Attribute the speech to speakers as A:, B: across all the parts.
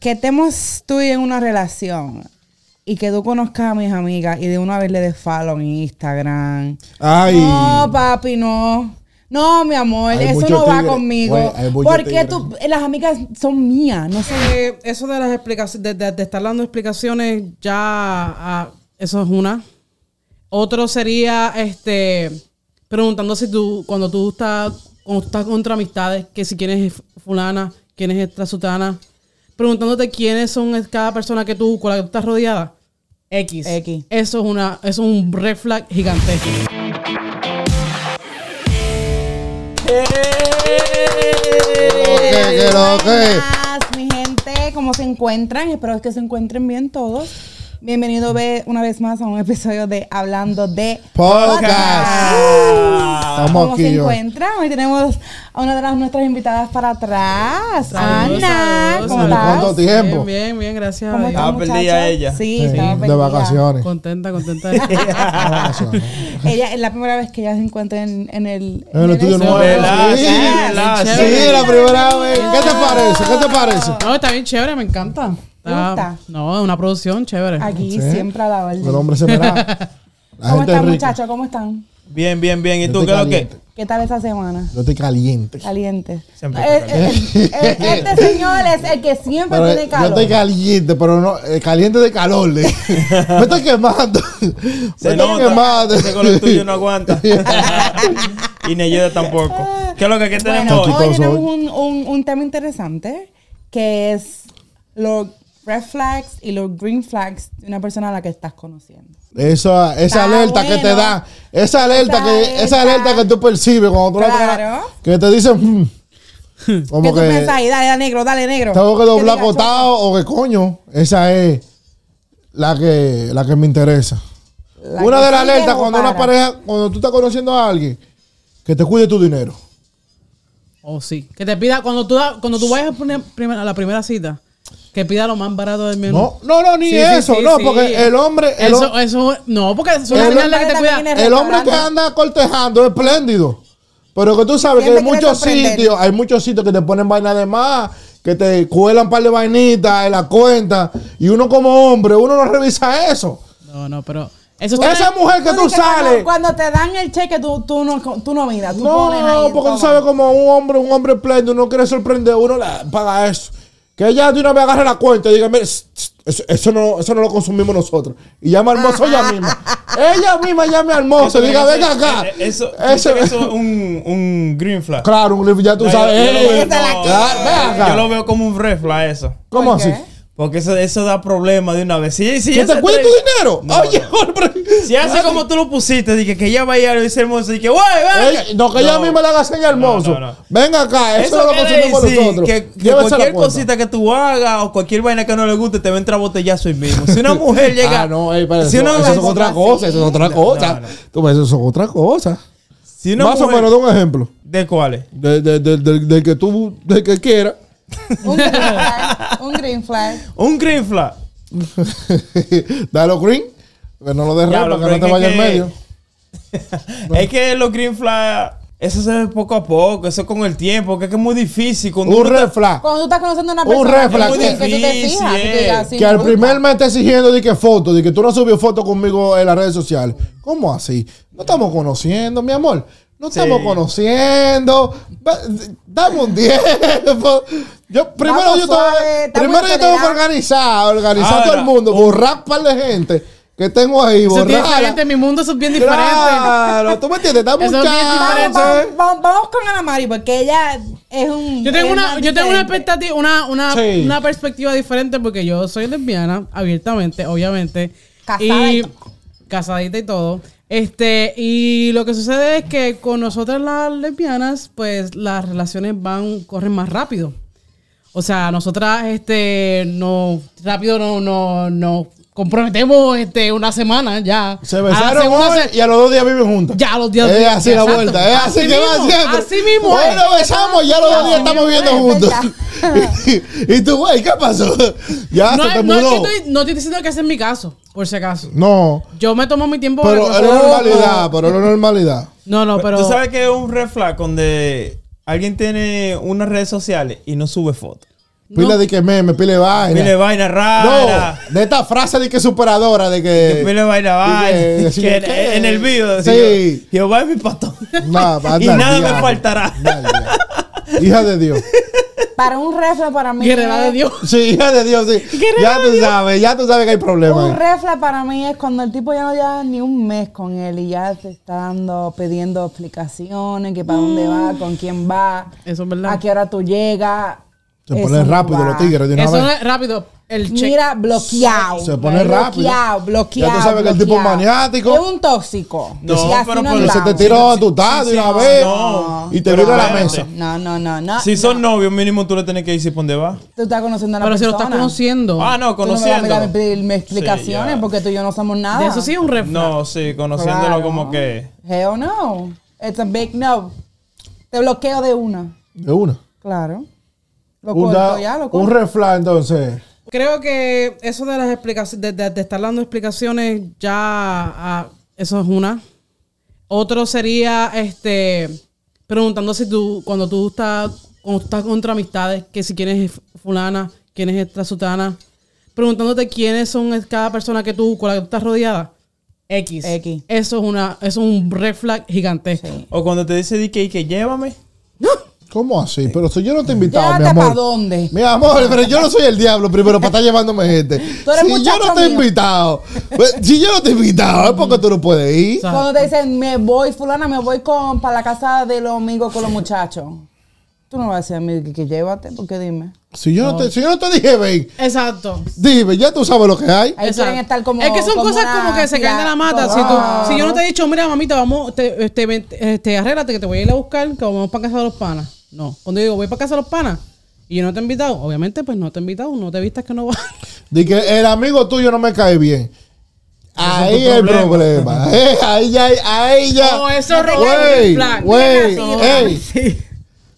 A: que estemos tú y en una relación y que tú conozcas a mis amigas y de una vez le des follow en Instagram.
B: Ay.
A: No, papi, no. No, mi amor,
B: Hay
A: eso
B: mucho
A: no va
B: tigre.
A: conmigo.
B: Güey, hay mucho
A: porque
B: tigre.
A: tú, las amigas son mías, no son.
C: Eh, eso de las explicaciones, de, de- de estar dando explicaciones, ya ah, eso es una. Otro sería este preguntando si tú, cuando tú estás, cuando estás contra amistades, que si quién es fulana, quién es esta sutana, preguntándote quiénes son cada persona que tú, con la que tú estás rodeada. X.
A: X.
C: Eso es una, eso es un red flag gigantesco.
B: que lo que.
A: Buenas, Mi gente, ¿cómo se encuentran? Espero que se encuentren bien todos. Bienvenido ve- una vez más a un episodio de Hablando de
B: Podcast. Estamos
A: ¿Cómo se
B: aquí hoy.
A: encuentran? Hoy tenemos a una de las nuestras invitadas para atrás.
C: Saludos,
A: Ana,
C: saludos,
A: ¿cómo
B: saludos. ¿Cuánto
A: estás?
B: tiempo?
C: Bien, bien, bien, gracias.
A: ¿Cómo
C: a Dios.
A: estás,
D: Estaba perdida
A: muchacha?
D: ella.
A: Sí,
B: Sí,
A: estaba
B: de
A: perdida.
B: vacaciones.
C: Contenta, contenta. de-
B: De vacaciones.
A: Ella es la primera vez que ella se encuentra en, en el...
B: En el estudio nuevo. Ah,
D: ¿Verdad?
B: Sí,
D: ¿Verdad?
B: sí,
D: Sí.
B: la primera vez. ¿Qué te parece? ¿Qué te parece?
C: No, está bien chévere, me encanta. Está-
A: gusta?
C: No, es una producción chévere.
A: Aquí
B: Sí.
A: siempre a la orden.
B: El hombre se verá. La
A: ¿Cómo
B: gente es
A: están,
B: rica.
A: muchachos? ¿Cómo están?
D: Bien, bien, bien. ¿Y
B: Yo
D: tú
B: estoy
D: qué es lo que?
B: caliente.
A: ¿Qué tal esta semana?
B: Yo estoy caliente.
A: Caliente.
D: Siempre
A: Eh, eh, eh, este señor es el que siempre
B: Pero, eh,
A: tiene
B: yo
A: calor.
B: estoy caliente, pero no eh, caliente de calor. eh. Me estoy quemando. Me
D: Se
B: estoy
D: nota.
B: quemando.
D: Ese color tuyo no aguanta. y ni ayuda tampoco. ¿Qué es lo que ¿Qué
A: Bueno,
D: tenemos hoy?
A: hoy
B: Chistoso
A: tenemos un, un- un tema interesante que es los red flags y los green flags de una persona a la que estás conociendo.
B: Esa, esa
A: Está
B: alerta que te
A: bueno.
B: da, esa alerta
A: Esa
B: que, esa
A: alerta.
B: alerta que tú percibes cuando tú la
A: Claro.
B: tragas, que te dicen "Mm", como
A: ¿Qué tú
B: que
A: piensas ahí? Dale, dale, negro, dale, negro.
B: tengo que
A: diga,
B: doblar
A: "Choco".
B: botado o que coño, esa es la que la que me interesa.
A: La
B: una
A: que
B: de las
A: sigue
B: alertas
A: o
B: cuando una
A: para.
B: pareja, cuando tú estás conociendo a alguien, que te cuide tu dinero.
C: Oh, sí. Que te pida, cuando tú, da- cuando tú vayas a, poner primer- a la primera cita, que pida lo más barato del menú.
B: No, no, no, ni
C: Sí, sí,
B: eso,
C: sí,
B: no,
C: sí.
B: porque el hombre, el, hom-
C: Eso, eso, no, porque es una
B: El-
C: señal de que te
A: También
C: cuida.
A: es-
B: el hombre que
A: restaurante.
B: anda cortejando es espléndido. Pero que tú sabes que
A: Siempre
B: hay
A: quiere
B: muchos
A: sorprender.
B: sitios, hay muchos sitios que te ponen vaina de más, que te cuelan un par de vainitas en la cuenta. Y uno como hombre, uno no revisa eso.
C: No, no, pero. Eso está
B: Esa mujer que
A: No,
B: tú
A: dice, cuando-
B: sales.
A: Cuando, te dan el cheque, tú, tú, no, tú no miras. Tú pones ahí,
B: No, porque
A: toma.
B: tú sabes como un hombre, un hombre espléndido, uno quiere sorprender, uno le paga eso. Que ella de una vez agarre la cuenta y diga, "Mire, sh- sh- eso, eso no, eso no lo consumimos nosotros. Y llama al mozo ella misma. Ella misma llame al mozo y diga,
D: Eso-
B: venga acá.
D: eh, eh, Eso,
B: Eso-
D: eso, es un, un green flag.
B: Claro, un libro, ya tú
D: No,
B: sabes. eh,
D: yo- yo lo
B: ey,
D: veo-
A: esa es la
D: no,
A: que-
B: ah, ven acá.
D: Yo lo veo como un red flag eso.
B: ¿Cómo
A: ¿Por qué?
B: así?
D: Porque eso, eso da problemas de una vez. Si, si
B: ¿Que
D: ella
B: te
D: se
B: cuide tu
D: atreve-
B: dinero?
D: No,
B: Oye,
D: no.
B: hombre.
D: Si hace como tú lo pusiste, dije que ella vaya a lo hice hermoso y que, güey, venga.
B: Ey, no, que ella misma le haga señal al
D: No,
B: mozo.
D: no, no.
B: Venga acá, eso,
D: Eso
B: no lo
D: quiere
B: consumimos
D: decir
B: nosotros.
D: Que, que
B: Llévese la
D: cualquier
B: cuenta.
D: cosita que tú hagas o cualquier vaina que no le guste te va a entrar botellazo el mismo. Si una mujer llega.
B: Ah, no, ey, pero
D: si
B: eso,
D: una,
B: eso es otra cosa, eso es otra
D: No,
B: cosa.
D: no, no.
B: Tú ves, eso es otra cosa.
D: si una
B: Más o
D: mujer-
B: menos, de un ejemplo.
D: ¿De cuáles?
B: De- de- de- del, del que tú, del que quieras.
A: Un green flag. Un green flag.
D: Un green flag.
B: Dalo green, que no lo derrapa,
D: Diablo,
B: que no
D: pero
B: te
D: es
B: vaya
D: que-
B: al medio.
D: Es que los green flag, eso se ve poco a poco, eso con el tiempo, que es que es muy difícil. Cuando
B: Un
D: uno está-
B: red flag.
A: Cuando tú estás conociendo a una
B: Un
A: persona,
B: red flag.
A: que, que tú te
D: Difícil,
A: fijas, que tú
D: eh.
A: digas, sí,
B: que al
A: me
B: primer
A: gusta.
B: me está exigiendo de que foto, de que tú no subió foto conmigo en las redes sociales. ¿Cómo así? No estamos conociendo, mi amor. No estamos
D: Sí.
B: conociendo. Va- Dame un tiempo. Yo, primero
A: Vamos
B: yo tengo,
A: suave, estamos
B: primero
A: en
B: yo tengo que
A: soledad.
B: organizar, organizar
D: Ahora,
B: todo el mundo, borrar un par de gente que tengo ahí,
C: Eso es bien
B: borrar.
C: diferente, mi mundo eso es bien diferente.
B: Claro, tú me entiendes, está
C: Eso es bien
A: Vamos,
B: muchacho.
A: vamos, vamos- vamos con Ana Mari, porque ella es un.
C: Yo tengo
A: es
C: una,
A: más
C: yo tengo una
A: diferente.
C: expectativa, una, una,
B: Sí.
C: una perspectiva diferente porque yo soy lesbiana, abiertamente, obviamente.
A: Casada y
C: Y casadita y todo. Este, y lo que sucede es que con nosotras las lesbianas, pues las relaciones van, corren más rápido. O sea, nosotras, este, no, rápido no, no, no comprometemos este una semana ya. A
B: Se
C: la
B: besaron
C: segunda
B: hoy
C: se-
B: y a los dos días viven juntos.
C: Ah, Ya, a los días-
B: Es así la
C: exacto.
B: vuelta, es así,
C: Así
B: que va
C: mismo,
B: siempre.
C: así mismo
B: Hoy
C: es.
B: nos besamos y ya los dos días estamos viviendo
A: es
B: juntos.
A: verdad.
B: y, y tú, güey, ¿qué pasó? Ya
C: no,
B: se te
C: no es que
B: mudó.
C: estoy, no estoy diciendo que ese es mi caso, por si acaso.
B: No,
C: Yo me tomo mi tiempo
B: pero es
C: conocer
B: la pues.
C: a los-
B: normalidad,
C: pues.
B: pero es la normalidad.
C: No, no, pero.
D: Tú sabes que es un red flag donde alguien tiene unas redes sociales y no sube fotos.
B: Pila de que meme, pila de vaina.
D: Mire vaina rara.
B: No, Eh, de esta frase de que superadora, de que.
D: Mire vaina
B: Dije,
D: vaina.
B: sí,
D: Que en,
B: ¿qué?
D: en el video.
B: Sí.
D: decía, Jehová es mi pastor.
B: Nah, va,
D: y
B: anda,
D: nada me
B: diablo.
D: faltará.
B: Dale, ya. Hija de Dios.
A: Para un refla para mí.
C: Guerrera de
A: es-
C: Dios.
B: Sí, hija de Dios, sí. Ya tú sabes, ya tú sabes que hay
A: Un
B: problemas. ahí.
A: refla para mí es cuando el tipo ya no lleva ni un mes con él y ya te está dando, pidiendo explicaciones, que para dónde va, con quién va,
C: Mm. Eso es
A: a
C: verdad.
A: qué hora tú llegas.
B: Se
A: Eso
B: ponen
A: no
B: rápido
A: va.
B: los tigres de una
C: Eso
B: vez.
C: no es rápido. El check.
A: Mira, bloqueado.
B: Se pone rápido.
A: Bloqueado, bloqueado.
B: Ya tú sabes que el tipo es
A: bloqueado.
B: maniático.
A: Es un tóxico.
D: No,
A: Y así
D: pero
A: no
D: por-
B: Que se te
A: hablamos.
B: tiró tu tado y una vez.
D: no.
B: Y te
D: Pero
B: vira la
D: espérate.
B: mesa.
A: No, no, no, Ah, no.
D: Si son novios, mínimo tú le tienes que decir por dónde va.
A: Tú estás conociendo a la
C: Pero si lo
A: persona.
C: estás conociendo.
D: Ah, no,
A: Tú no me vas a
D: conociendo.
A: venir a pedirme explicaciones
D: Sí, ya.
A: porque tú y yo no somos nada.
C: De eso sí es un reflejo.
D: No, sí, conociéndolo
A: Claro.
D: como que.
A: Hell no. It's a big no. Te bloqueo de una.
B: De una.
A: Claro. Lo corto
B: Una-
A: ya, lo
B: un
A: corto.
B: reflejo, entonces.
C: Creo que eso de las explicaciones, de, de- de estar dando explicaciones, ya ah, eso es una. Otro sería este preguntando si tú, cuando tú estás, cuando tú estás contra amistades, que si quién es fulana, quién es esta sutana, preguntándote quiénes son cada persona que tú, con la que tú estás rodeada. X.
A: X.
C: Eso es una, eso es un red flag gigantesco.
D: O cuando te dice di que, que llévame.
B: ¿Cómo así? Pero si yo no te he invitado, mi
A: Llévate
B: amor.
A: para dónde.
B: Mi amor, pero yo no soy el diablo primero para estar llevándome gente.
A: eres
B: Si yo no
A: muchacho
B: te he
A: mío.
B: invitado, pues, si yo no te he invitado, es porque tú no puedes ir.
C: Exacto.
A: Cuando te dicen, me voy, fulana, me voy con, para la casa de los amigos con los muchachos. Tú no vas a decir a mí que, que llévate, porque dime.
B: Si yo no, te, si yo no te dije, ven,
C: Exacto.
B: dime, ya tú sabes lo que hay.
A: Ahí
C: Exacto.
A: quieren estar como.
C: es que son cosas
A: una
C: como que se caen de la mata.
A: tira-
C: Si, tú-
A: Ah.
C: si yo no te he dicho, mira, mamita, vamos, te, este, ven- este, arréglate que te voy a ir a buscar, que vamos para casa de los panas. No. Cuando yo digo, voy para casa de los panas y yo no te he invitado, obviamente, pues no te he invitado, no te vistas que no vas.
B: De que el amigo tuyo no me cae bien. Ahí es el problema. Eh, ahí ya, ahí ya.
C: No, eso es rojo,
B: Güey,
C: red flag.
B: güey,
C: Eso.
B: ey,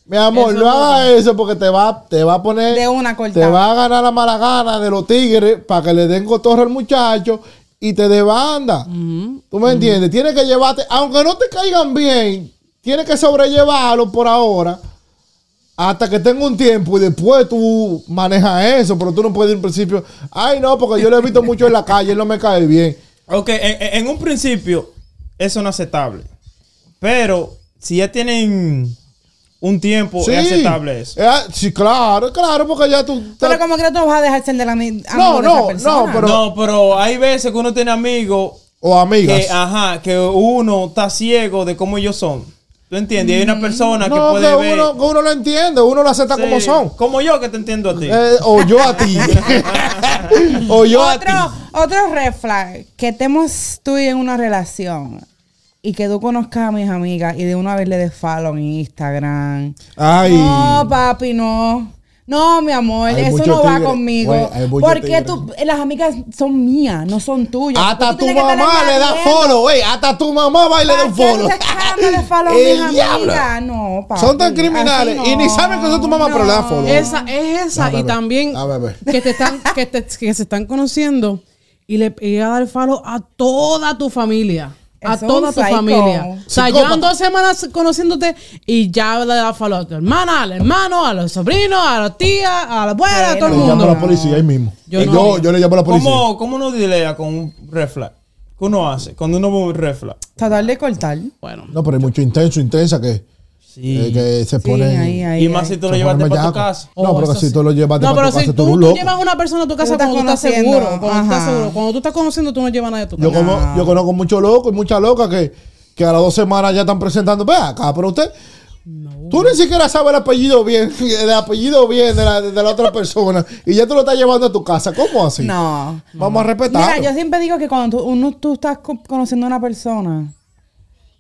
B: Mi amor, no hagas eso porque te va, te va a poner.
A: De una
B: Te
A: cortada.
B: va a ganar la mala gana de los tigres para que le den cotorra al muchacho y te debanda. ¿Tú me entiendes? Tienes que llevarte, aunque no te caigan bien, tienes que sobrellevarlo por ahora hasta que tenga un tiempo y después tú manejas eso, pero tú no puedes ir en principio, ay no, porque yo lo he visto mucho en la calle, él no me cae bien.
D: Ok, en, en- en un principio, eso no es aceptable. Pero si ya tienen un tiempo, es aceptable eso.
B: Eh, sí, claro, claro, porque ya tú...
A: Pero como que no te vas a dejar ser de la mi- amigo
B: No,
A: de
B: no,
A: esa persona.
B: no, pero-
D: no, pero hay veces que uno tiene amigos
B: o amigas.
D: que, ajá, que uno está ciego de cómo ellos son. ¿Tú entiendes? Hay una persona que
B: Mm, no, que,
D: puede ver.
B: uno, que uno lo entiende, uno lo acepta
D: Sí,
B: como son.
D: Como yo que te entiendo a ti.
B: Eh, o yo a ti. o yo a ti.
A: otro, otro red flag, que estemos tú y en una relación y que tú conozcas a mis amigas y de una vez le des follow en Instagram.
B: Ay.
A: No, papi, no. No, mi amor,
B: Hay
A: eso
B: mucho
A: no va
B: tigre.
A: conmigo.
B: Güey, hay mucho
A: porque
B: tigre.
A: tú, las amigas son mías, no son tuyas.
B: hasta tu
A: Tú tienes que
B: mamá
A: estarle
B: le da
A: barriendo.
B: follow, güey. Hasta tu mamá va y le da un
A: ¿Para qué tú
B: follow.
A: estás dándole follow a mis
B: El
A: amigas?
B: diablo.
A: No, papi,
B: Son tan
A: así
B: criminales y ni
A: no.
B: saben que son tu mamá, pero le dan follow.
C: esa, es esa.
B: A
C: y
B: beber,
C: también
B: a beber.
C: que te están, que, te- que se están conociendo y le y a dar follow a toda tu familia. A
A: Eso es
C: toda
A: un
C: tu
A: psycho.
C: familia. O sea,
B: Psicópata.
C: llevan dos semanas conociéndote y ya le da follow a tu hermana, al hermano, a los sobrinos, a la tía, a la abuela, a todo el
B: le
A: Bueno.
B: llamo a
C: mundo.
B: la policía ahí mismo.
C: Yo
B: Yo,
C: no.
B: yo, le llamo a la policía.
D: ¿Cómo, ¿Cómo uno dilea con un refla? ¿Qué uno hace? Cuando uno ve un refla.
A: Tratar de cortar.
C: Bueno.
B: No, pero hay mucho intenso, intensa que, eh, que se
A: Sí,
B: ponen.
A: ahí, ahí.
D: y más
A: ahí.
D: si tú lo
B: se
D: llevaste
B: ponen
D: para tu
B: bellacos.
D: casa.
B: No,
C: Oh,
B: pero
C: eso
B: si
C: sí.
B: tú lo llevaste
C: No,
B: para
C: pero
B: tu casa, tú
C: si
B: eres
C: tú,
B: un
C: tú
B: loco.
C: llevas a una persona a tu casa
A: estás
C: cuando tú estás
A: conociendo.
C: seguro. Cuando tú estás
A: Ajá.
C: seguro. Cuando tú estás conociendo, tú no llevas a nadie a tu casa.
B: Yo, como, yo conozco muchos locos y muchas locas que, que a las dos semanas ya están presentando. Ve acá, pero usted. Tú ni siquiera sabes el apellido bien, el apellido bien de la, de la otra persona y ya tú lo estás llevando a tu casa. ¿Cómo así?
A: No.
B: Vamos a
A: Mira,
B: respetar.
A: yo siempre digo que cuando tú, uno, tú estás co- conociendo a una persona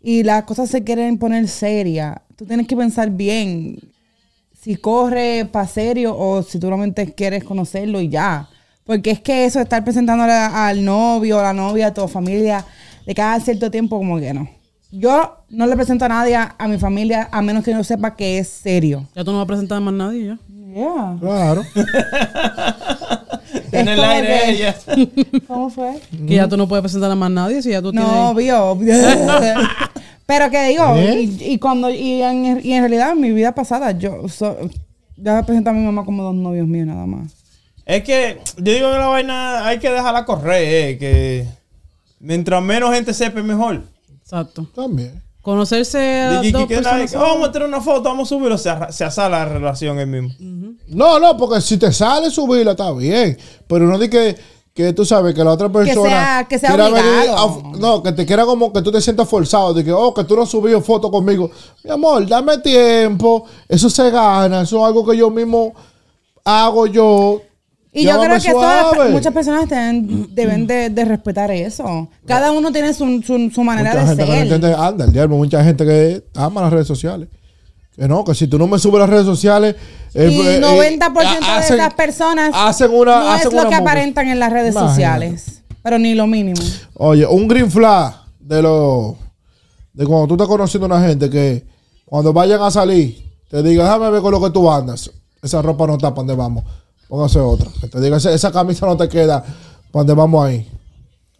A: y las cosas se quieren poner serias, tú tienes que pensar bien si corre para serio o si tú realmente quieres conocerlo y ya. Porque es que eso de estar presentándole a- al novio, a la novia, a tu familia, de cada cierto tiempo, como que no. Yo no le presento a nadie a a mi familia a menos que yo sepa que es serio.
C: Ya tú no vas a presentar a más nadie ya.
A: Yeah.
B: Claro.
D: En el
A: como
D: aire
A: que-
D: ella.
A: ¿Cómo fue?
C: Que ya tú no puedes presentar a más nadie si ya tú tienes...
A: No, obvio. obvio. Pero que digo,
B: ¿Eh?
A: y, y cuando y en, y en realidad en mi vida pasada yo so- Ya presenta a mi mamá como dos novios míos nada más.
D: Es que yo digo que la vaina hay que dejarla correr, eh, que mientras menos gente sepa mejor.
C: Exacto.
B: También.
C: Conocerse a
D: Dije que
C: dos
D: que
C: personas
D: nadie-
C: son-
B: Oh.
D: vamos a tener una foto, vamos a subirlo, se, arra- se asala la relación el mismo.
C: Mm.
B: No, no, porque si te sale subirla está bien, pero no di que, que tú sabes que la otra persona
A: sea- que sea
B: quiera venir
A: obligado.
B: a- no, que te quiera como que tú te sientas forzado de que oh, que tú no has subido foto conmigo. Mi amor, dame tiempo, eso se gana, eso es algo que yo mismo hago yo.
A: Y yo creo
B: Llévame
A: que todas-
B: suave.
A: muchas personas deben, deben de, de respetar eso. Cada uno tiene su, su, su manera
B: Mucha gente
A: de
B: que no
A: ser.
B: entiende, anda, el diablo, mucha gente que ama las redes sociales. Que no, que si tú no me subes las redes sociales, eh,
A: Y
B: eh, eh,
A: 90% de
B: hacen-
A: estas personas
B: hacen una,
A: no
B: hacen
A: es lo
B: una
A: que
B: movie.
A: aparentan en las redes
B: Imagínate.
A: sociales. Pero ni lo mínimo.
B: Oye, un green flag de lo de cuando tú estás conociendo a una gente que cuando vayan a salir, te diga, déjame ver con lo que tú andas. Esa ropa no está para donde vamos. Póngase otra. Que te diga, "Esa- esa camisa no te queda para donde vamos ahí.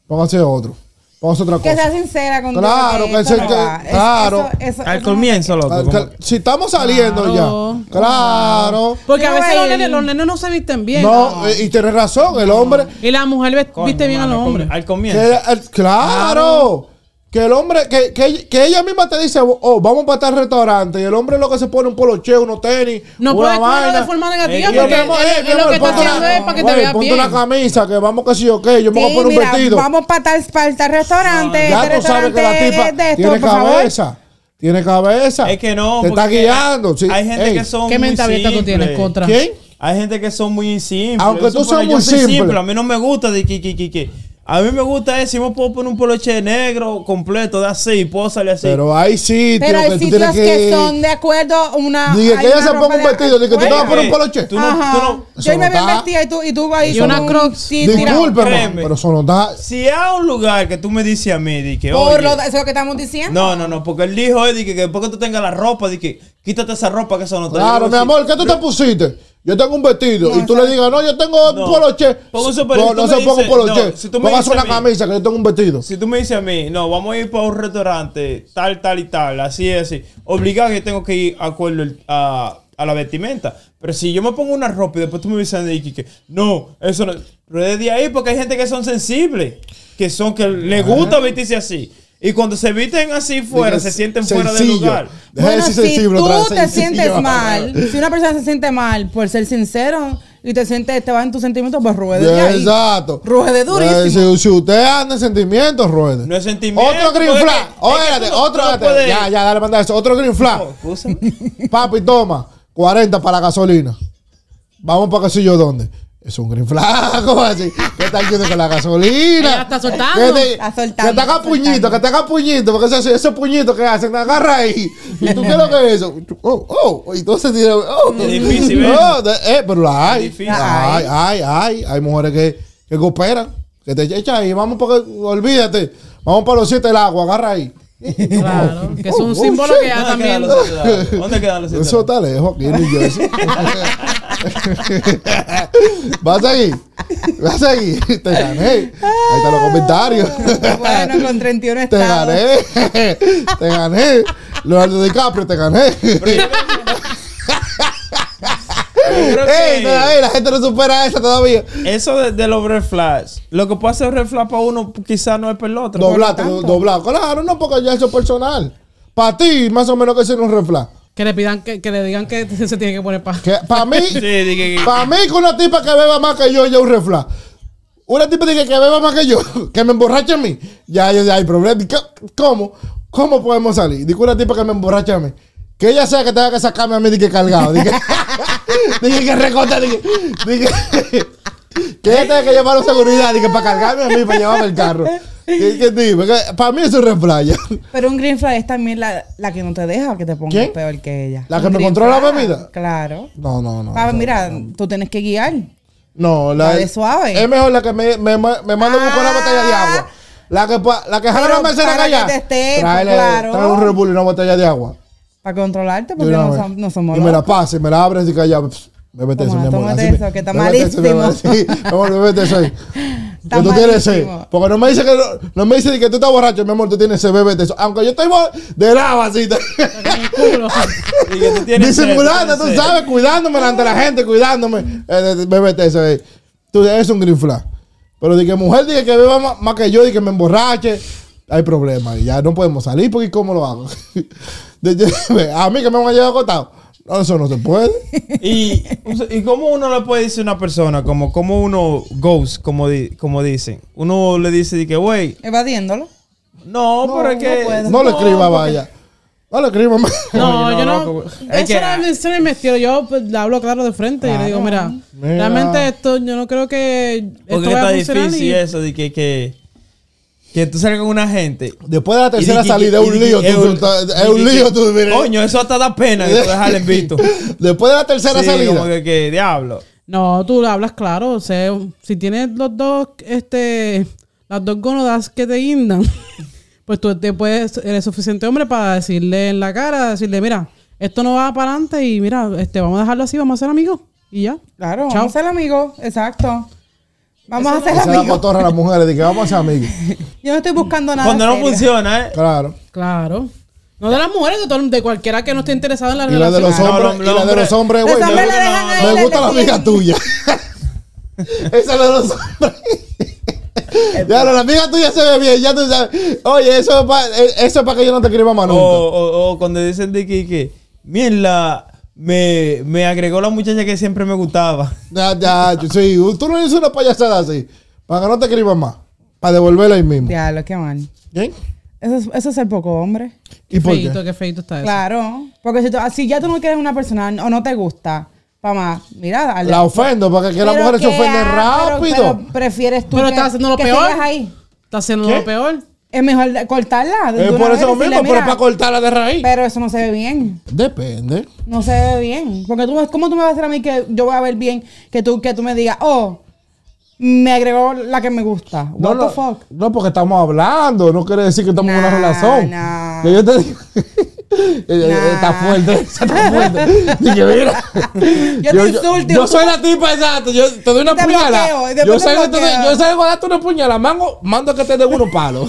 B: Póngase otro. Póngase otra
A: Que sea
B: cosa.
A: sincera con
B: Claro, que se- que- claro.
D: Al comienzo, loco.
B: Al-
D: como-
B: cal- Si estamos saliendo
C: Claro.
B: ya. Claro.
C: Porque a
A: Pero
C: veces los
A: el-
C: nenes, los nenes no se visten bien.
B: No, eh, y tienes razón, el hombre.
C: Y la mujer ve-
D: Coño,
C: viste bien a
D: mano,
C: los
D: al com-
C: hombres.
D: Al comienzo.
B: Que- el- claro. Que el hombre, que, que- que ella misma te dice, oh, vamos para tal restaurante. Y el hombre es lo que se pone un poloche, unos tenis,
C: No
B: una
C: puedes ponerlo
B: vaina.
C: de forma
D: Eh,
C: negativa
D: y
B: Y yo,
C: porque
B: mi amor, eh,
C: es-
B: mi
C: es lo
B: amor,
C: que está
B: ponte una-
C: haciendo es para que te
B: güey,
C: veas
B: Ponte una
C: bien.
B: camisa, que vamos que sí o qué. Yo me voy a
A: Sí,
B: poner un
A: mira,
B: vestido.
A: Vamos para tal, para tal restaurante.
B: ya
A: este
B: tú sabes que la
A: restaurante
B: tipa
A: es de esto,
B: tiene
A: por favor.
B: cabeza. Tiene cabeza.
D: Es que no.
B: Te está
D: porque
B: guiando.
D: hay-
B: sí.
D: Hay gente
B: Ey,
D: que son.
C: ¿Qué
D: muy
C: mentalidad tú tienes
D: simples.
C: contra?
B: ¿Quién?
D: Hay gente que son muy simples.
B: Aunque
D: Yo
B: tú seas
D: supone- yo
B: muy
D: soy
B: simple.
D: A mí no me gusta de que, que, que, que. A mí me gusta eso. Si me puedo poner un poloche negro completo de así, puedo salir así.
B: Pero hay sitios
A: Pero hay
B: que tú
A: sitios
B: tienes
A: que, son de acuerdo a una.
B: Ni que
A: hay
B: ella
A: una
B: se ponga
A: ropa
B: un
A: de-
B: vestido, ni que tú te vas a
A: Ajá.
B: poner un poloche.
D: eh, Tú no- tú no-
A: Yo
B: Eso
A: me
B: no
A: bien
B: está.
A: vestida y tú, y tú vas ahí
C: Y una
A: con un-
C: Crocs.
A: Sí, tira.
B: Disculpe, man,
D: créeme.
B: pero eso no está.
D: Si hay un lugar que tú me dices a mí, de que.
A: Por
D: oye,
A: lo, eso que estamos diciendo.
D: No, no, no, porque él dijo, Eddie, que, que después que tú tengas la ropa, de que quítate esa ropa que eso no te
B: Claro, mi amor, ¿qué tú te pusiste? Yo tengo un vestido y tú le digas, no, yo tengo
D: No.
B: un poloche.
D: Pongo un
B: No,
D: super- tú
B: no
D: me
B: se ponga un
D: dices-
B: poloche.
D: no, si tú me
B: Póngase
D: dices
B: una
D: a mí-
B: camisa que yo tengo un vestido.
D: Si tú me dices a mí, no, vamos a ir para un restaurante, tal, tal y tal, así es, así. Obligado que yo tengo que ir acuerdo el- a, a la vestimenta. Pero si yo me pongo una ropa y después tú me dices a mí que, que no, eso no. Pero es de ahí porque hay gente que son sensibles, que son, que les gusta vestirse así. Y cuando se visten así fuera, se sienten fuera del
B: Sencillo.
D: lugar.
B: Deja de
A: Bueno,
B: decir
A: si
B: sensible
A: tú
B: otra vez,
A: te
B: sencillo.
A: sientes mal, si una persona se siente mal por ser sincero y te sientes, te va en tus sentimientos, pues ruede de ahí.
B: Exacto.
A: Ruede de durísimo.
B: Eh, Si, si usted anda en sentimientos, ruede.
D: No es sentimiento,
B: Otro green
D: porque
B: flag.
D: es que- es que
B: Óyate,
D: tú no-
B: otro.
D: tú no
B: espérate.
D: puedes-
B: Ya, ya, dale, manda eso. Otro green flag.
D: Oh, escúchame.
B: Papi, toma. 40 para la gasolina. Vamos para qué sé yo dónde. Es un green flag, ¿cómo así. ¿Qué está haciendo con la gasolina?
C: Ella está soltando.
B: Que te,
A: Está soltando,
B: que te haga
A: está
B: puñito,
A: soltando.
B: que te haga puñito. Porque ese- esos puñitos que hacen, agarra ahí. ¿Y tú qué es lo que es eso? Oh, oh. Y entonces tira. Oh,
D: Es difícil, ¿eh?
B: Oh, de- eh, pero la hay.
D: Es difícil.
B: La hay, hay, hay. Hay mujeres que, que cooperan. Que te echan ahí. Vamos porque, olvídate. Vamos para los siete del agua, agarra ahí.
C: Claro, que es un
B: Oh, oh,
C: símbolo
B: shit.
C: que ya
D: ¿Dónde quedan
C: Ah, también.
D: los ciudadanos? ¿Dónde quedan los
B: Eso está
D: ciudadanos?
B: lejos aquí en New Jersey. Vas a seguir. Vas a seguir. Te gané. Ahí están los comentarios.
A: Bueno, con 31
B: Te
A: estados.
B: gané. Te gané. Leonardo DiCaprio, te gané.
D: Yo creo que-
B: Ey, todavía la gente no supera esa todavía.
D: Eso de, de los red flags. Lo que puede hacer red flag para uno quizás no es para el otro.
B: Doblate,
A: tanto.
B: doblado. Claro, no, porque ya eso es personal. Para ti, más o menos que ese no es un refla.
C: Que le pidan que, que le digan que se tiene que poner para.
B: Para mí,
D: Sí, dije que-
B: Para mí que una tipa que beba más que yo ya es un refla. Una tipa dice que beba más que yo, que me emborrache a mí. Ya, ya, ya hay problema. ¿Qué- ¿Cómo? ¿Cómo podemos salir? Digo una tipa que me emborrache a mí. Que ella sea que tenga que sacarme a mí de que cargado. Dije, dije que recorta, dije, dije que ella tenga que llamar a seguridad, dije, para cargarme a mí, para llevarme el carro. Dije, ¿Qué tipo? Que Para mí es un refla ya.
A: Pero un green flag es también la, la que no te deja que te pongas
B: ¿Quién?
A: peor que ella.
B: ¿La que
A: Un
B: me
A: green
B: controla la
A: flag,
B: bebida?
A: Claro.
B: No, no, no.
A: Pa-
B: no.
A: mira, tú tienes que guiar.
B: No, la,
A: La de suave.
B: Es mejor la que me, me, ma- me manda a buscar la
A: Ah.
B: botella de agua. La que, pa- la que jala
A: Pero
B: la mesera
A: para
B: allá.
A: que te esté,
B: Tráele-
A: pues, claro.
B: tráele un Red Bull y una botella de agua.
A: Para controlarte,
B: De
A: porque
B: una
A: no,
B: vez.
A: som- no somos
B: Y me la
A: locos.
B: pasa, y me la abres y que allá. pss, Bébete eso,
A: Toma,
B: mi amor.
A: tómate
B: así me-
A: eso, que está
B: bébete eso, mi amor,
A: malísimo.
B: Sí, mi amor, bébete eso ahí.
A: Está
B: que tú tienes sed.
A: malísimo.
B: Porque no me dice que no, no me dice que tú estás borracho, mi amor, tú tienes sed, bebé. Eso. Aunque yo estoy bo- de lava así.
C: Culo.
D: Y que tú tienes
B: Disimulando,
D: sed,
B: tú
D: tienes sed.
B: sabes, cuidándome ante la gente, cuidándome. Eh, bebete eso. eh. Tú eres un green flag. Pero de que mujer diga que beba más, más que yo y que me emborrache, hay problemas. Y ya no podemos salir porque ¿cómo lo hago? De- de- a mí que me van a llevar acotado. No, eso no se puede.
D: Y, y cómo uno le puede decir a una persona, como, como uno goes, como, di- como dicen. Uno le dice de que, güey,
A: Evadiéndolo.
D: no, pero es que.
B: No le escriba,
D: porque-
B: vaya. No le escriba más.
C: No,
D: Oye,
C: yo
D: no,
C: no.
D: loco.
C: Eso
D: Es que-
C: era mi- eso era mi estilo. Yo pues, le hablo claro de frente. y le digo, mira,
B: ah. Mira.
C: realmente esto, yo no creo que.
D: Porque
C: esto vaya
D: está
C: a funcionar
D: difícil
C: y-
D: eso de que, que, que tú salgas con una gente.
B: Después de la tercera
D: Y di-
B: salida
D: y
B: es un
D: di-
B: lío. tú-
D: es
B: tú- Es un
D: y di-
B: lío. tú, mira.
D: Coño, eso hasta da pena que tú dejarle en visto.
B: Después de la tercera
D: Sí,
B: salida.
D: Como que, que, diablo.
C: No, tú le hablas claro. O sea, si tienes los dos, este, las dos gónadas que te guindan, pues tú te puedes, eres suficiente hombre para decirle en la cara, decirle, mira, esto no va para adelante y mira, este, vamos a dejarlo así, vamos a ser amigos. Y ya.
A: Claro,
C: Chao.
A: vamos a ser amigos. Exacto. Vamos a ser
B: Esa es la
A: amigos.
B: cotorra de las mujeres, de que vamos a ser amigos.
A: Yo no estoy buscando nada.
D: Cuando no
A: serio.
D: funciona, ¿eh?
B: Claro.
C: Claro. No de las mujeres, de, todo- de cualquiera que no esté interesado en la
B: Y la de
C: relación.
B: los
D: No,
B: hombres,
D: no,
B: y la de los hombres,
A: Los
B: güey.
A: hombres
B: me-
A: la dejan ahí,
B: Me
A: la
B: gusta la
A: detienen.
B: amiga tuya. Esa es la de los hombres. Ya, la amiga tuya se ve bien, ya tú sabes. Oye, eso es para que yo no te escriba más
D: O,
B: nunca.
D: o, o cuando dicen de que, que mierda, me, me agregó la muchacha que siempre me gustaba.
B: Ya, ya, sí, tú no dices una payasada así. Para que no te escriban más. Para devolverla ahí mismo.
A: Diablo, qué mal.
B: ¿Bien?
A: Eso es, eso es ser poco hombre.
B: ¿Y por qué?
C: feito, qué feito está eso.
A: Claro. Porque si, tú- si ya tú no quieres una persona o no te gusta, pa' más, mira, dale.
B: La ofendo, para que las
A: Pero
B: mujeres se
A: que,
B: ofenden
A: ah, pero-
B: rápido.
A: Pero, prefieres tú
C: Pero
A: que,
C: estás haciendo lo
A: que
C: peor.
A: sigas ahí.
C: Está haciendo
B: ¿Qué?
C: lo peor.
A: Es mejor de- cortarla. de
B: es
A: una
B: Eh, por
A: vez
B: eso
A: decirle,
B: mismo, pero es
A: mira,
B: para cortarla de raíz.
A: Pero eso no se ve bien.
B: Depende.
A: No se ve bien. Porque tú, ¿cómo tú me vas a hacer a mí que yo voy a ver bien que tú, que tú me digas, oh, me agregó la que me gusta? What
B: no,
A: the fuck?
B: no, porque estamos hablando, no quiere decir que estamos en
A: Nah,
B: una relación.
A: nah.
B: Que yo te digo- Eh, eh, Está
A: Nah.
B: fuerte, esa está fuerte. Dije, mira.
A: Yo te insulto.
B: Yo soy la tipa exacto. Yo te doy una
A: Te
B: puñalada.
A: bloqueo, y después
B: Yo
A: te
B: salgo, te doy-
A: bloqueo.
B: yo salgo a darte una puñalada. Mango, mando que te dé unos palos.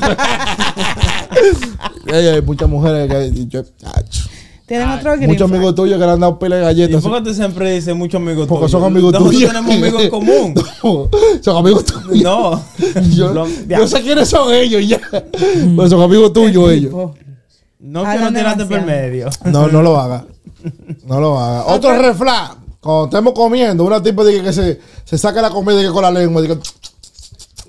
B: Ey, Hay muchas mujeres que. yo- ach,
A: Tienen otro green
B: muchos
A: flag.
B: amigos tuyos que le han dado pila de
D: ¿Y
B: galletas.
D: por qué tú siempre dices muchos amigos
B: Porque
D: tuyos?
B: son amigos
D: Nosotros
B: tuyos.
D: tenemos amigos en común.
B: No, son amigos tuyos.
D: No.
B: Yo,
D: Lo- ya. Mm.
B: yo sé quiénes son ellos ya. Pero son amigos tuyos ellos.
A: Tipo,
D: No que no
A: Hablan
D: tiraste por
A: demasiado.
D: medio.
B: No, no lo haga. No lo haga. Otro refla. Cuando estemos comiendo, una tipa dice que se, se saca la comida y que con la lengua. Dice,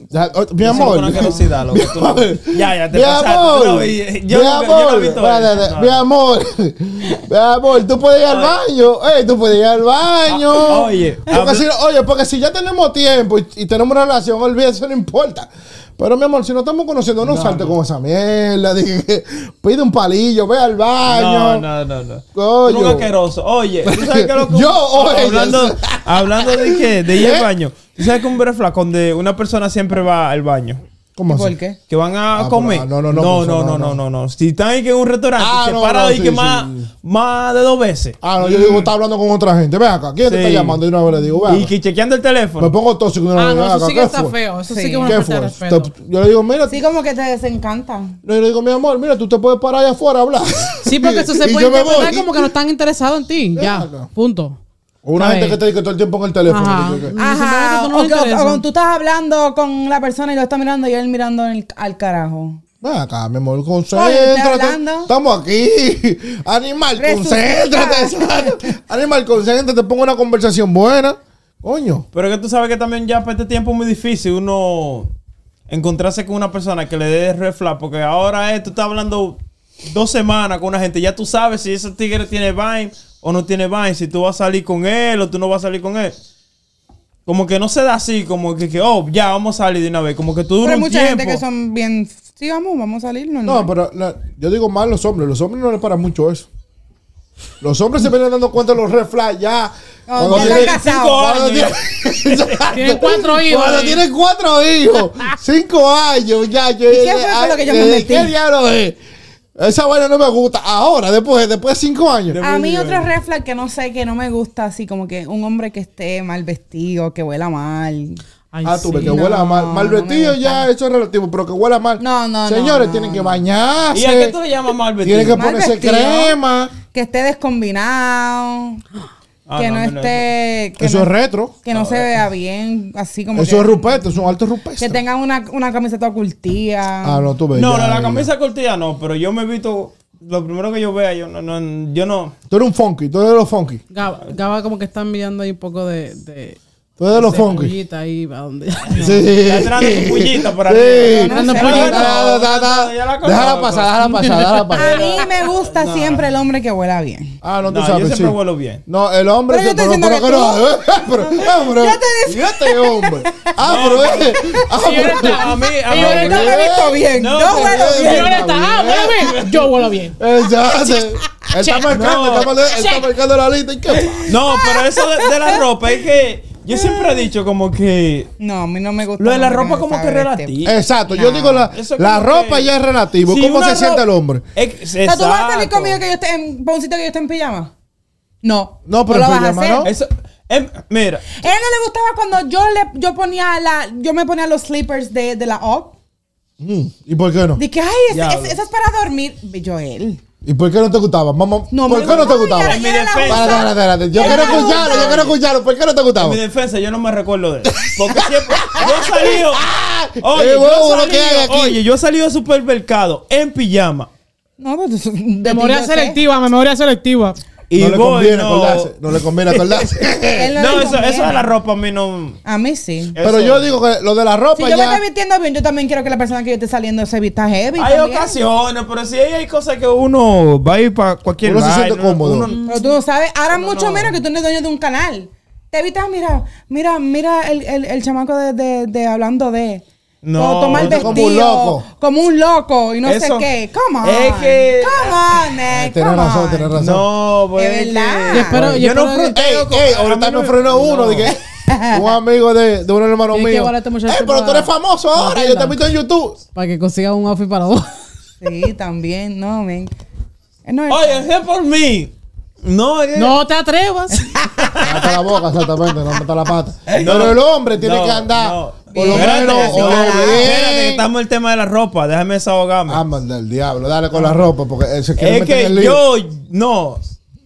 B: ya, oh, mi
D: Eso
B: amor.
D: es una curiosidad, loco, tú no- Ya, ya, te
B: mi
D: pasaste,
B: amor.
D: tú no vi- yo
B: mi
D: no- yo no he
B: amor.
D: visto
B: Espérate,
D: eso, no.
B: Mi amor. Mi amor, tú puedes ir al baño. Ey, tú puedes ir al baño.
D: Ah, oye,
B: Porque
D: habla-
B: si, oye, porque si ya tenemos tiempo y, y tenemos una relación, olvídate, eso no importa. Pero mi amor, si no estamos conociendo, no, salte con esa mierda. Dije, que pide un palillo, ve al baño.
D: No, no, no, no.
B: Coño.
D: Tú un asqueroso. Oye, ¿tú sabes qué loco?
B: Yo o ellas.
D: hablando, hablando de qué? De ir
B: ¿Eh?
D: al baño. ¿Tú sabes que un hombre flaco donde una persona siempre va al baño?
B: ¿Cómo así?
A: ¿Por qué?
D: Que van a
B: Ah,
D: comer.
B: pero- ah, no, no, no,
D: no,
B: pues,
D: no,
B: no,
D: no,
B: no.
D: no, no, no. Si están ahí que en un restaurante,
B: Ah,
D: se
B: no,
D: para
B: no,
D: ahí
B: sí,
D: que
B: sí.
D: más, más de dos veces.
B: Ah, no, yo digo, está hablando con otra gente. Ve acá, ¿quién te
D: Sí.
B: está llamando? Y una vez le digo, ve acá.
D: Y que chequeando el teléfono.
B: Me pongo tóxico. y una
C: Ah,
B: vez,
C: no,
B: "Ve
C: eso
B: acá,
C: sí que
B: ¿qué
C: está
B: fue?
C: feo. Eso sí
A: Sí.
C: que es una
B: ¿Qué
C: falta de
B: fue?
C: respeto.
B: Te- Yo le digo, mira,
A: Sí, como que te desencanta.
B: no, yo le digo, mi amor, mira, tú te puedes parar allá afuera a hablar.
C: Sí, porque eso se
B: Y
C: puede
B: yo me
C: interpretar
B: voy.
C: como que no están interesados en ti.
B: acá.
C: Ya, punto.
B: O una
C: A
B: gente
C: ver.
B: que te dice todo el tiempo en el teléfono.
C: Ajá.
B: que- que-
A: Ajá.
C: simplemente tú no
A: o,
C: le
A: que- o- o
C: interesa.
A: cuando tú estás hablando con la persona y lo está mirando y él mirando en el- al carajo.
B: Ven acá, mi amor,
A: Oye, estoy
B: concéntrate.
A: hablando.
B: Estamos aquí. Animal,
A: Resucita.
B: concéntrate. exacto. Animal, concéntrate. Te pongo una conversación buena. Coño.
D: Pero que tú sabes que también ya para este tiempo es muy difícil uno encontrarse con una persona que le dé red flag, porque ahora es, tú estás hablando dos semanas con una gente, ya tú sabes si ese tigre tiene Vine o no tiene Vine, si tú vas a salir con él o tú no vas a salir con él. Como que no se da así, como que, que, oh, ya vamos a salir de una vez, como que tú
A: Pero
D: duras
A: hay
D: un
A: mucha gente
D: tiempo.
A: que son bien. Sí, vamos, vamos a salir. No,
B: No, pero la- yo digo más los hombres. Los hombres no les para mucho eso. Los hombres se vienen dando cuenta de los red flags ya.
A: Cuando
B: Cuando
A: están
B: tienen-
A: casados.
B: cuando
D: Coño.
B: tienen-
C: Tienen cuatro hijos,
B: Cuando
C: eh.
B: tienen cuatro hijos. Cinco años ya. Yo,
A: qué fue con lo que yo me
B: eh,
A: metí?
B: ¿Qué diablo es? Esa vaina no me gusta. Ahora, después, después de cinco años.
A: A mí otro red flag que no sé, que no me gusta, así como que un hombre que esté mal vestido, que huela mal.
C: Ay,
B: ah, tú ves
C: sí.
B: que huela
A: No,
B: mal. Mal
A: no me
B: vestido ya, eso es relativo, pero que huela mal.
A: No, no, no,
B: Señores,
A: no,
B: tienen que
A: no.
B: bañarse.
D: ¿Y a qué tú le llamas mal vestido?
B: Tienen que
A: Mal
B: ponerse
A: vestido.
B: crema.
A: Que esté descombinado.
D: Ah,
A: que
D: no,
A: no,
D: a mí no eh.
A: esté. Que
B: Eso
A: no,
B: es retro.
A: Que no se vea bien, así como.
B: Eso
A: que,
B: es rupestre, es un alto rupestre.
A: Que tengan una, una camiseta ocultía.
B: Ah, no, tú ves.
D: No,
B: ya,
D: no, la
B: ya.
D: camisa cortilla no, pero yo me he visto. Lo primero que yo vea, yo no. no yo no.
B: Tú eres un funky, tú eres de los funky.
C: Gaba, Gaba como que está enviando ahí un poco de... de
B: Tú eres de los
C: de
B: funky.
C: pullita ahí para donde...
B: Sí.
D: Está tirando su pullita por
B: Sí.
D: aquí.
C: Tirando
B: Sí.
C: pullita.
B: Da, da, da, da.
D: Ya la conozco.
B: Déjala pasar, déjala pasar, déjala
A: A
B: pasar.
A: mí me gusta siempre el hombre que huela bien.
B: Ah, no, tú
D: No, yo
B: sabes, sí.
D: siempre vuelo bien.
B: No, el hombre
A: Pero yo
B: se
A: estoy
B: pero-
A: diciendo
B: pero- pero- hombre,
A: Yo te
B: y este hombre. Ah, pero eh, ah, pero-
D: A mí, a mí.
C: Yo
A: Yo no me he visto bien.
D: No,
A: yo
D: pero-
A: huelo
B: Sí,
A: bien.
B: está
C: ah,
B: bien.
C: huele bien. Yo huelo bien.
B: Eh, Exacto. Está marcando,
D: Ah, No.
B: está marcando, está marcando la lista. ¿Y qué pasa?
D: No, pero eso de, de la ropa es que. Yo siempre he dicho como que.
A: No, a mí no me gusta.
D: Lo de la
A: el hombre
D: ropa
A: que
D: como que
A: sabe este
D: es
A: vestir.
D: relativo.
B: Exacto, yo digo la,
D: Eso
B: la
D: como
B: ropa
D: que-
B: ya es relativo.
D: Si
B: ¿Cómo
D: una
B: se siente
D: ropa-
B: el hombre?
D: Ex-
A: O sea, ¿Tú vas a salir
D: exacto.
A: conmigo que yo esté en pa' un sitio que yo esté en pijama? No.
B: No, pero
A: lo
B: en
A: vas a
B: pijama
A: hacer.
B: no.
D: Eso, em, mira,
A: Él no le gustaba cuando yo le yo ponía la yo me ponía los slippers de, de la op.
B: Mm, ¿Y por qué no?
A: Dije, ay, ese-
D: Diablo.
A: ese- eso es para dormir. Joel.
B: ¿Y por qué no te gustaba? Mamá,
A: No me
B: ¿por qué no te
A: gustaba,
B: gustaba?
A: ya-
D: en mi
A: Era la
D: defensa.
B: Espérate, espérate, espérate. Yo
A: Era la
B: quiero escucharlo, yo
A: gustaba.
B: quiero escucharlo. ¿Por qué no te
D: En
B: gustaba?
D: mi defensa, yo no me recuerdo de él. Porque siempre. Yo he salido. Oye,
B: Eh, huevo,
D: yo
B: lo
D: he
B: que hay
D: salido,
B: aquí.
D: oye, yo he salido al supermercado en pijama.
A: No, pues eso- de ti
C: Memoria
A: yo sé.
C: selectiva, memoria selectiva.
D: Y
B: no le
D: voy,
B: conviene
D: no.
B: acordarse. No le conviene acordarse.
A: Él
D: No,
A: le
D: eso,
A: conviene.
D: eso de la ropa a mí no.
A: A mí sí.
B: Pero
D: Eso-
B: yo digo que lo de la
A: Si
B: ropa
A: yo me
B: Pues ya.
A: estoy vistiendo bien, yo también quiero que la persona que yo esté saliendo se vista heavy.
D: Hay
A: también.
D: ocasiones, pero si hay, hay cosas que uno va a ir para cualquier
B: Uno se
D: lugar.
B: siente cómodo.
A: Pero tú no sabes, ahora mucho menos que tú eres dueño de un canal. Te evitas, mira, mira, mira el, el, el chamaco de, de, de hablando de.
D: No,
A: No, toma el
D: no, como
A: vestido.
B: un
A: Como un
B: loco.
A: loco. y no
D: Eso-
A: sé qué. Come on.
D: es que-
A: Come on, eh,
B: Tienes
A: come
B: razón,
A: on.
B: tienes razón.
D: No, pues.
A: Es
D: que- pues,
A: verdad.
C: Yo espero- yo
D: yo no
C: espero que-
B: Ey,
D: fruteo con-
B: ey,
D: a mí
B: ahorita
D: no
B: me frenó uno.
D: no.
B: Dije, un amigo de, de un hermano
C: Dije,
B: mío.
C: "Ahora este muchacho
B: Ey, pero
C: va-
B: tú eres famoso
C: va a
B: ahora. Yo te he
C: tienda".
B: visto en YouTube.
C: Para que consiga un outfit para dos.
A: Sí, también, no, men. Eh, No,
D: Oye, es por mí. No, es que-
C: No te atrevas.
B: Hasta la boca, exactamente. No mata la pata.
D: No,
B: pero el hombre tiene
D: no,
B: que andar.
D: no.
B: Por lo
D: Espérate,
B: menos.
D: que-
B: o lo
D: espérate, que
B: bien.
D: estamos en el tema de la ropa. Déjame desahogarme.
B: Ah, manda el diablo. Dale con la ropa porque él se quiere
D: Es
B: meter en el
D: que
B: lío.
D: yo, no,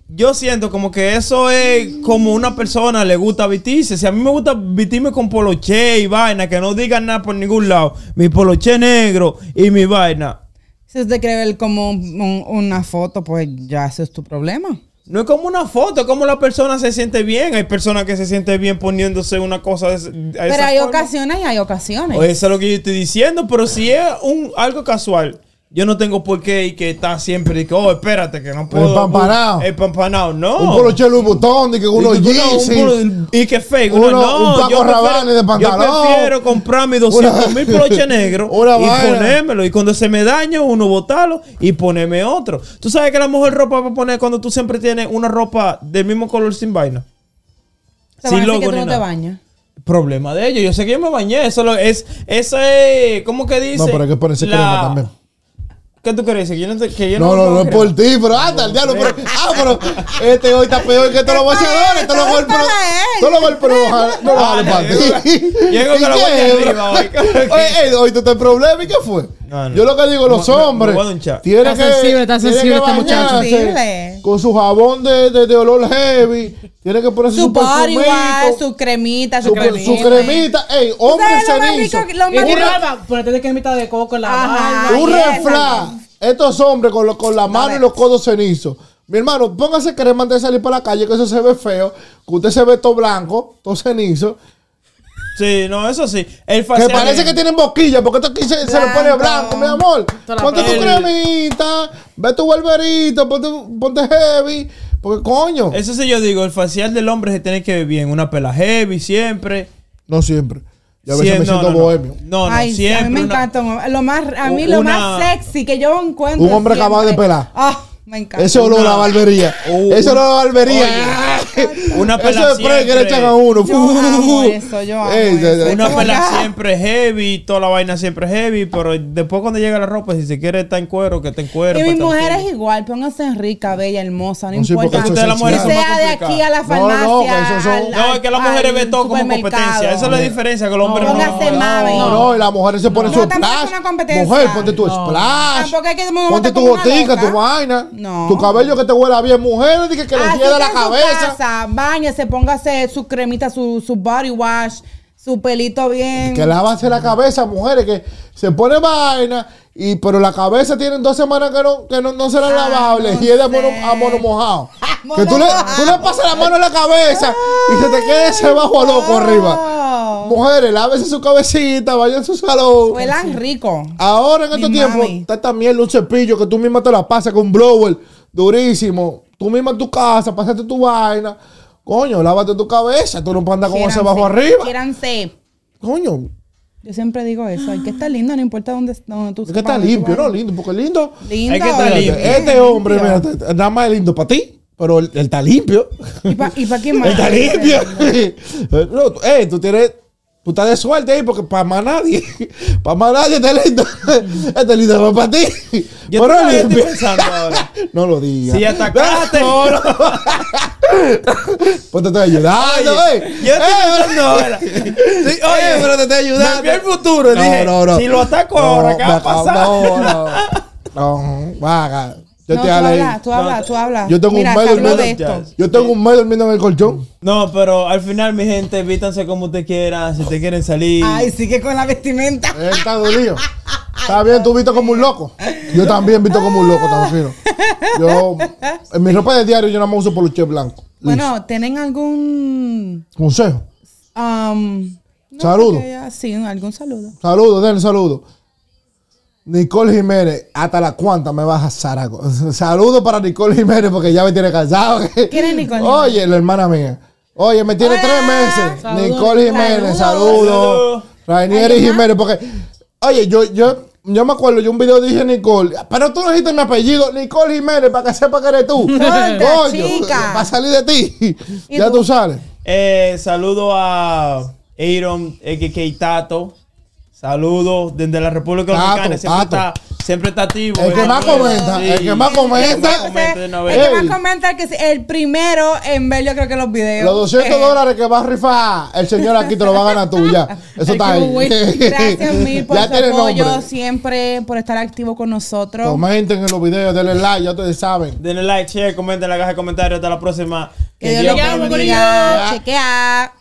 D: yo siento como que eso es como una persona le gusta vestirse. Si a mí me gusta vestirme con poloche y vaina, que no digan nada por ningún lado. Mi poloche negro y mi vaina.
A: si usted quiere ver como un- un- una foto, pues ya ese es tu problema.
D: No es como una foto, es como la persona se siente bien. Hay personas que se sienten bien poniéndose una cosa de ese- de esa
A: Pero hay
D: forma.
A: ocasiones y hay ocasiones.
D: O Eso es lo que yo estoy diciendo, pero si es un, algo casual, yo no tengo por qué y que está siempre y que, oh, espérate, que no puedo.
B: Empampanado.
D: Empampanado, no.
B: Un polo chelo botón, dije, unos
D: Y que uno-
B: jeans.
D: un polo- y que fake. uno
B: Uno-
D: no,
B: un Paco
D: yo prefiero-
B: Rabanne de pantalón.
D: Yo prefiero comprar mis 200 mil
B: Una-
D: poloches negros
B: Una
D: y
B: vaina.
D: ponérmelo. Y cuando se me dañe, uno botarlo y ponerme otro. Tú sabes que la mejor ropa para poner cuando tú siempre tienes una ropa del mismo color sin vaina.
A: Te van a decir que tú
D: ni
A: no te
D: nada.
A: bañas.
D: Problema de ellos. Yo sé que yo me bañé. Eso lo- es, eso es, ¿cómo que dice?
B: No, pero hay que ponerse
D: La-
B: crema también.
D: ¿Qué tú crees? Que yo no, te- que yo
B: No, no,
D: me
B: no es
D: crema.
B: por ti, pero anda, el diablo. Pero, ah, pero este hoy está peor
A: Es
B: que todos los
A: para
B: boxeadores.
A: él,
B: Todos los
A: todo es
B: golpes.
A: para él.
B: Todos los golpes no los jale- no los
D: Ah,
B: jale para ti.
D: llego- llego
B: ¿Y
D: con la
B: qué,
D: guardia
B: bro?
D: arriba hoy.
B: Oye, ey, Hoy tú estás en problema y qué fue.
D: No, no.
B: Yo lo que digo, los
D: Me- me- me
B: hombres.
D: voy a dunchar.
B: Tienen
C: Está
B: que,
C: sensible, está
B: tienen
C: sensible
B: que
C: este muchacho.
B: bañarse
A: Sensible.
B: Con su jabón de, de, de olor heavy. Tienen que ponerse
A: Su
B: su
A: body wash,
B: perfumito.
A: su cremita, su,
B: Su,
A: cremita.
B: su cremita. Ey, hombre
A: ¿Sabes lo más
B: cenizo.
A: rico que- lo más
B: Un
A: rico?
B: re-
C: Ponete que mitad de coco en la
A: Ajá.
C: barba.
A: Ay,
B: un
A: esa,
B: refrán. Estos hombres con, lo- con la mano y los codos cenizos. Mi hermano, póngase crema antes de salir para la calle, que eso se ve feo. Que usted se ve todo blanco, todo cenizo.
D: Sí, no, eso sí. El
B: Que
D: facial
B: parece
D: es-
B: que tienen boquilla, porque esto aquí se, se le pone blanco, mi amor.
C: la
B: Ponte tu
D: piel.
B: cremita, ve tu volverito, ponte, ponte heavy. Porque coño.
D: Eso sí yo digo, el facial del hombre se tiene que ver bien. Una pela heavy siempre.
B: No siempre. Yo a veces
D: Siem-
B: me
D: no,
B: siento
D: no, no.
B: bohemio.
D: No, no,
A: Ay, sí,
D: siempre.
A: a mí me
D: una-
A: encanta. un hombre. Lo más, a mí
D: una-
A: lo más sexy que yo encuentro.
B: Un hombre acabado de
A: siempre-
B: pelar.
A: Ah, Me encanta.
B: Ese olor
D: Una-
B: a barbería.
D: Uh,
B: ese olor a barbería.
D: Oye, una
B: Eso
D: pela
B: es spray que le
D: siempre-
B: echan a uno.
A: Yo amo eso, yo amo
B: Ey,
A: eso.
B: ey, ey.
D: Una
A: Como
D: pela
A: ya.
D: siempre heavy, toda la vaina siempre heavy, pero después cuando llega la ropa, si se quiere estar en cuero, que esté en cuero.
A: Y
D: pues
A: mi
D: está en
A: mujer
D: cuero.
A: es igual, pónganse rica, bella, hermosa, no,
B: No, sí, porque
A: importa.
B: eso es
D: Ustedes las mujeres
A: que
D: son más
A: sea de
D: complicadas.
A: aquí a la
B: No, no,
A: farmacia.
B: que eso son-
A: al-
D: No, es que las
A: al-
D: mujeres ven
A: al
D: todo como
A: supermercado.
D: competencia. Esa es la diferencia que el hombre no.
A: Póngase mame.
B: No, no, y las mujeres se ponen
A: No,
B: su
A: tampoco es
B: splash.
A: una competencia.
B: Mujer, ponte tu
C: No.
B: splash.
A: Tampoco hay que mo-
B: Ponte
A: montarte
B: tu
A: como una
B: gotica,
A: loca.
B: tu vaina.
A: No.
B: Tu cabello que te huela bien, mujer, dije que le
A: Así
B: hiede
A: que
B: la
A: en su
B: cabeza.
A: Casa, báñese, póngase su cremita, su, su body wash, su pelito bien.
B: Que lávase la cabeza, mujeres, que se pone vaina, y pero la cabeza tienen dos semanas que no, que no, no se la han
A: Ah,
B: lavado, le
A: no
B: hiede a mono,
A: sé.
B: a mono mojado.
A: Mono
B: que tú le,
A: mojado.
B: tú le pasas la mano en la cabeza y se te quede ese bajo loco
A: no.
B: arriba. Mujeres, lávese su cabecita, vayan a su salón.
A: Huelan rico.
B: Ahora en estos
A: Mi
B: tiempos,
A: mami.
B: está esta mierda, un cepillo que tú misma te la pasas con un blower durísimo. Tú misma en tu casa, pasaste tu vaina. Coño, lávate tu cabeza. Tú no puedes andar con ese
A: Quiéranse,
B: bajo arriba.
A: Quiéranse.
B: Coño,
A: Yo siempre digo eso, hay que estar lindo, no importa dónde, dónde tú
B: es que está
A: dónde tú
B: limpio, ¿no?
A: vayas.
B: Lindo, porque lindo.
A: Lindo.
D: Hay que estar
A: bien,
D: limpio.
B: Este hombre,
A: limpio.
B: mira, te- nada más es lindo para ti, pero él, él está limpio.
A: ¿Y para y pa quién
B: él
A: más?
B: está limpio. no, tú- ey, tú tienes. Tú estás de suerte ahí porque para más nadie. Para más nadie está lindo. Este lindo para ti.
D: Yo
B: pero
D: todavía
B: es
D: estoy
B: limpio.
D: pensando ahora.
B: No lo digas.
D: Si atacaste.
B: No, no. Pues te estoy ayudando,
D: Oye,
B: eh.
D: yo estoy
B: Eh,
D: pensando ahora. Sí,
B: eh,
D: oye,
B: pero te estoy
D: me
B: ayudando.
D: fui al futuro.
B: No,
D: dije,
B: no, no.
D: si lo ataco
B: No,
D: ahora, ¿qué va
B: me
D: a
B: acabo-
D: pasar?
B: No, no. No, vaga. Yo
A: No,
B: te
A: tú
B: hablé.
A: hablas, tú
D: No,
A: hablas,
D: te-
A: tú hablas.
B: Yo tengo un
A: Mira, te
B: medio
A: hablo
B: hermano.
A: de esto.
B: Yo tengo un mes durmiendo en el colchón.
D: No, pero al final, mi gente, vítanse como ustedes quieran, si te quieren salir.
A: Ay, sigue con la vestimenta.
B: Él está dolido. Está bien, tú visto como un loco. Yo también visto como un loco, tan fino. Yo, en mi ropa de diario, yo no me uso peluche blanco.
A: Bueno, ¿tienen algún...
B: Consejo.
A: am, no sé
B: Saludo.
A: qué haya- Sí, algún saludo.
B: Saludos, den saludo. Nicole Jiménez, hasta la cuanta me vas a Zarago. Saludos para Nicole Jiménez porque ya me tiene cansado.
A: ¿Quién es Nicole Jiménez?
B: Oye, la hermana mía. Oye, me tiene
A: Hola.
B: tres meses.
C: Saludos,
B: Nicole Jiménez,
A: saludos.
B: saludos.
D: Saludos.
B: Rainieri
A: ¿Alguien más?
B: Jiménez, porque. Oye, yo, yo, yo me acuerdo, yo un video dije Nicole, pero tú no dijiste mi apellido, Nicole Jiménez, para que sepa que eres tú.
A: Anda, chica.
B: para salir de ti.
A: ¿Y
B: Ya
A: tú?
B: tú sales.
D: Eh, saludo a Aaron XK Tato. Saludos desde la República
B: Tato,
D: Dominicana. Siempre,
B: Tato.
D: Está, siempre está activo.
B: El que
D: eh.
B: más comenta, el que más comenta.
D: El que más comenta de
A: Entonces,
D: una vez.
A: el que
B: Ey.
A: más comenta que es el primero en ver yo creo que los videos.
B: Los 200
A: Eh,
B: dólares que va a rifar el señor aquí te lo va a ganar tú ya. Eso está
C: Ay, qué
B: ahí.
C: bueno.
A: Gracias mil por
B: ya
A: su
B: tiene
A: apoyo,
B: nombre.
A: siempre por estar activo con nosotros.
B: Comenten en los videos, denle like, ya ustedes saben.
D: Denle like, share, comenten en la caja de comentarios. Hasta la próxima.
A: que Dios los
D: los
A: bendiga. Chequea.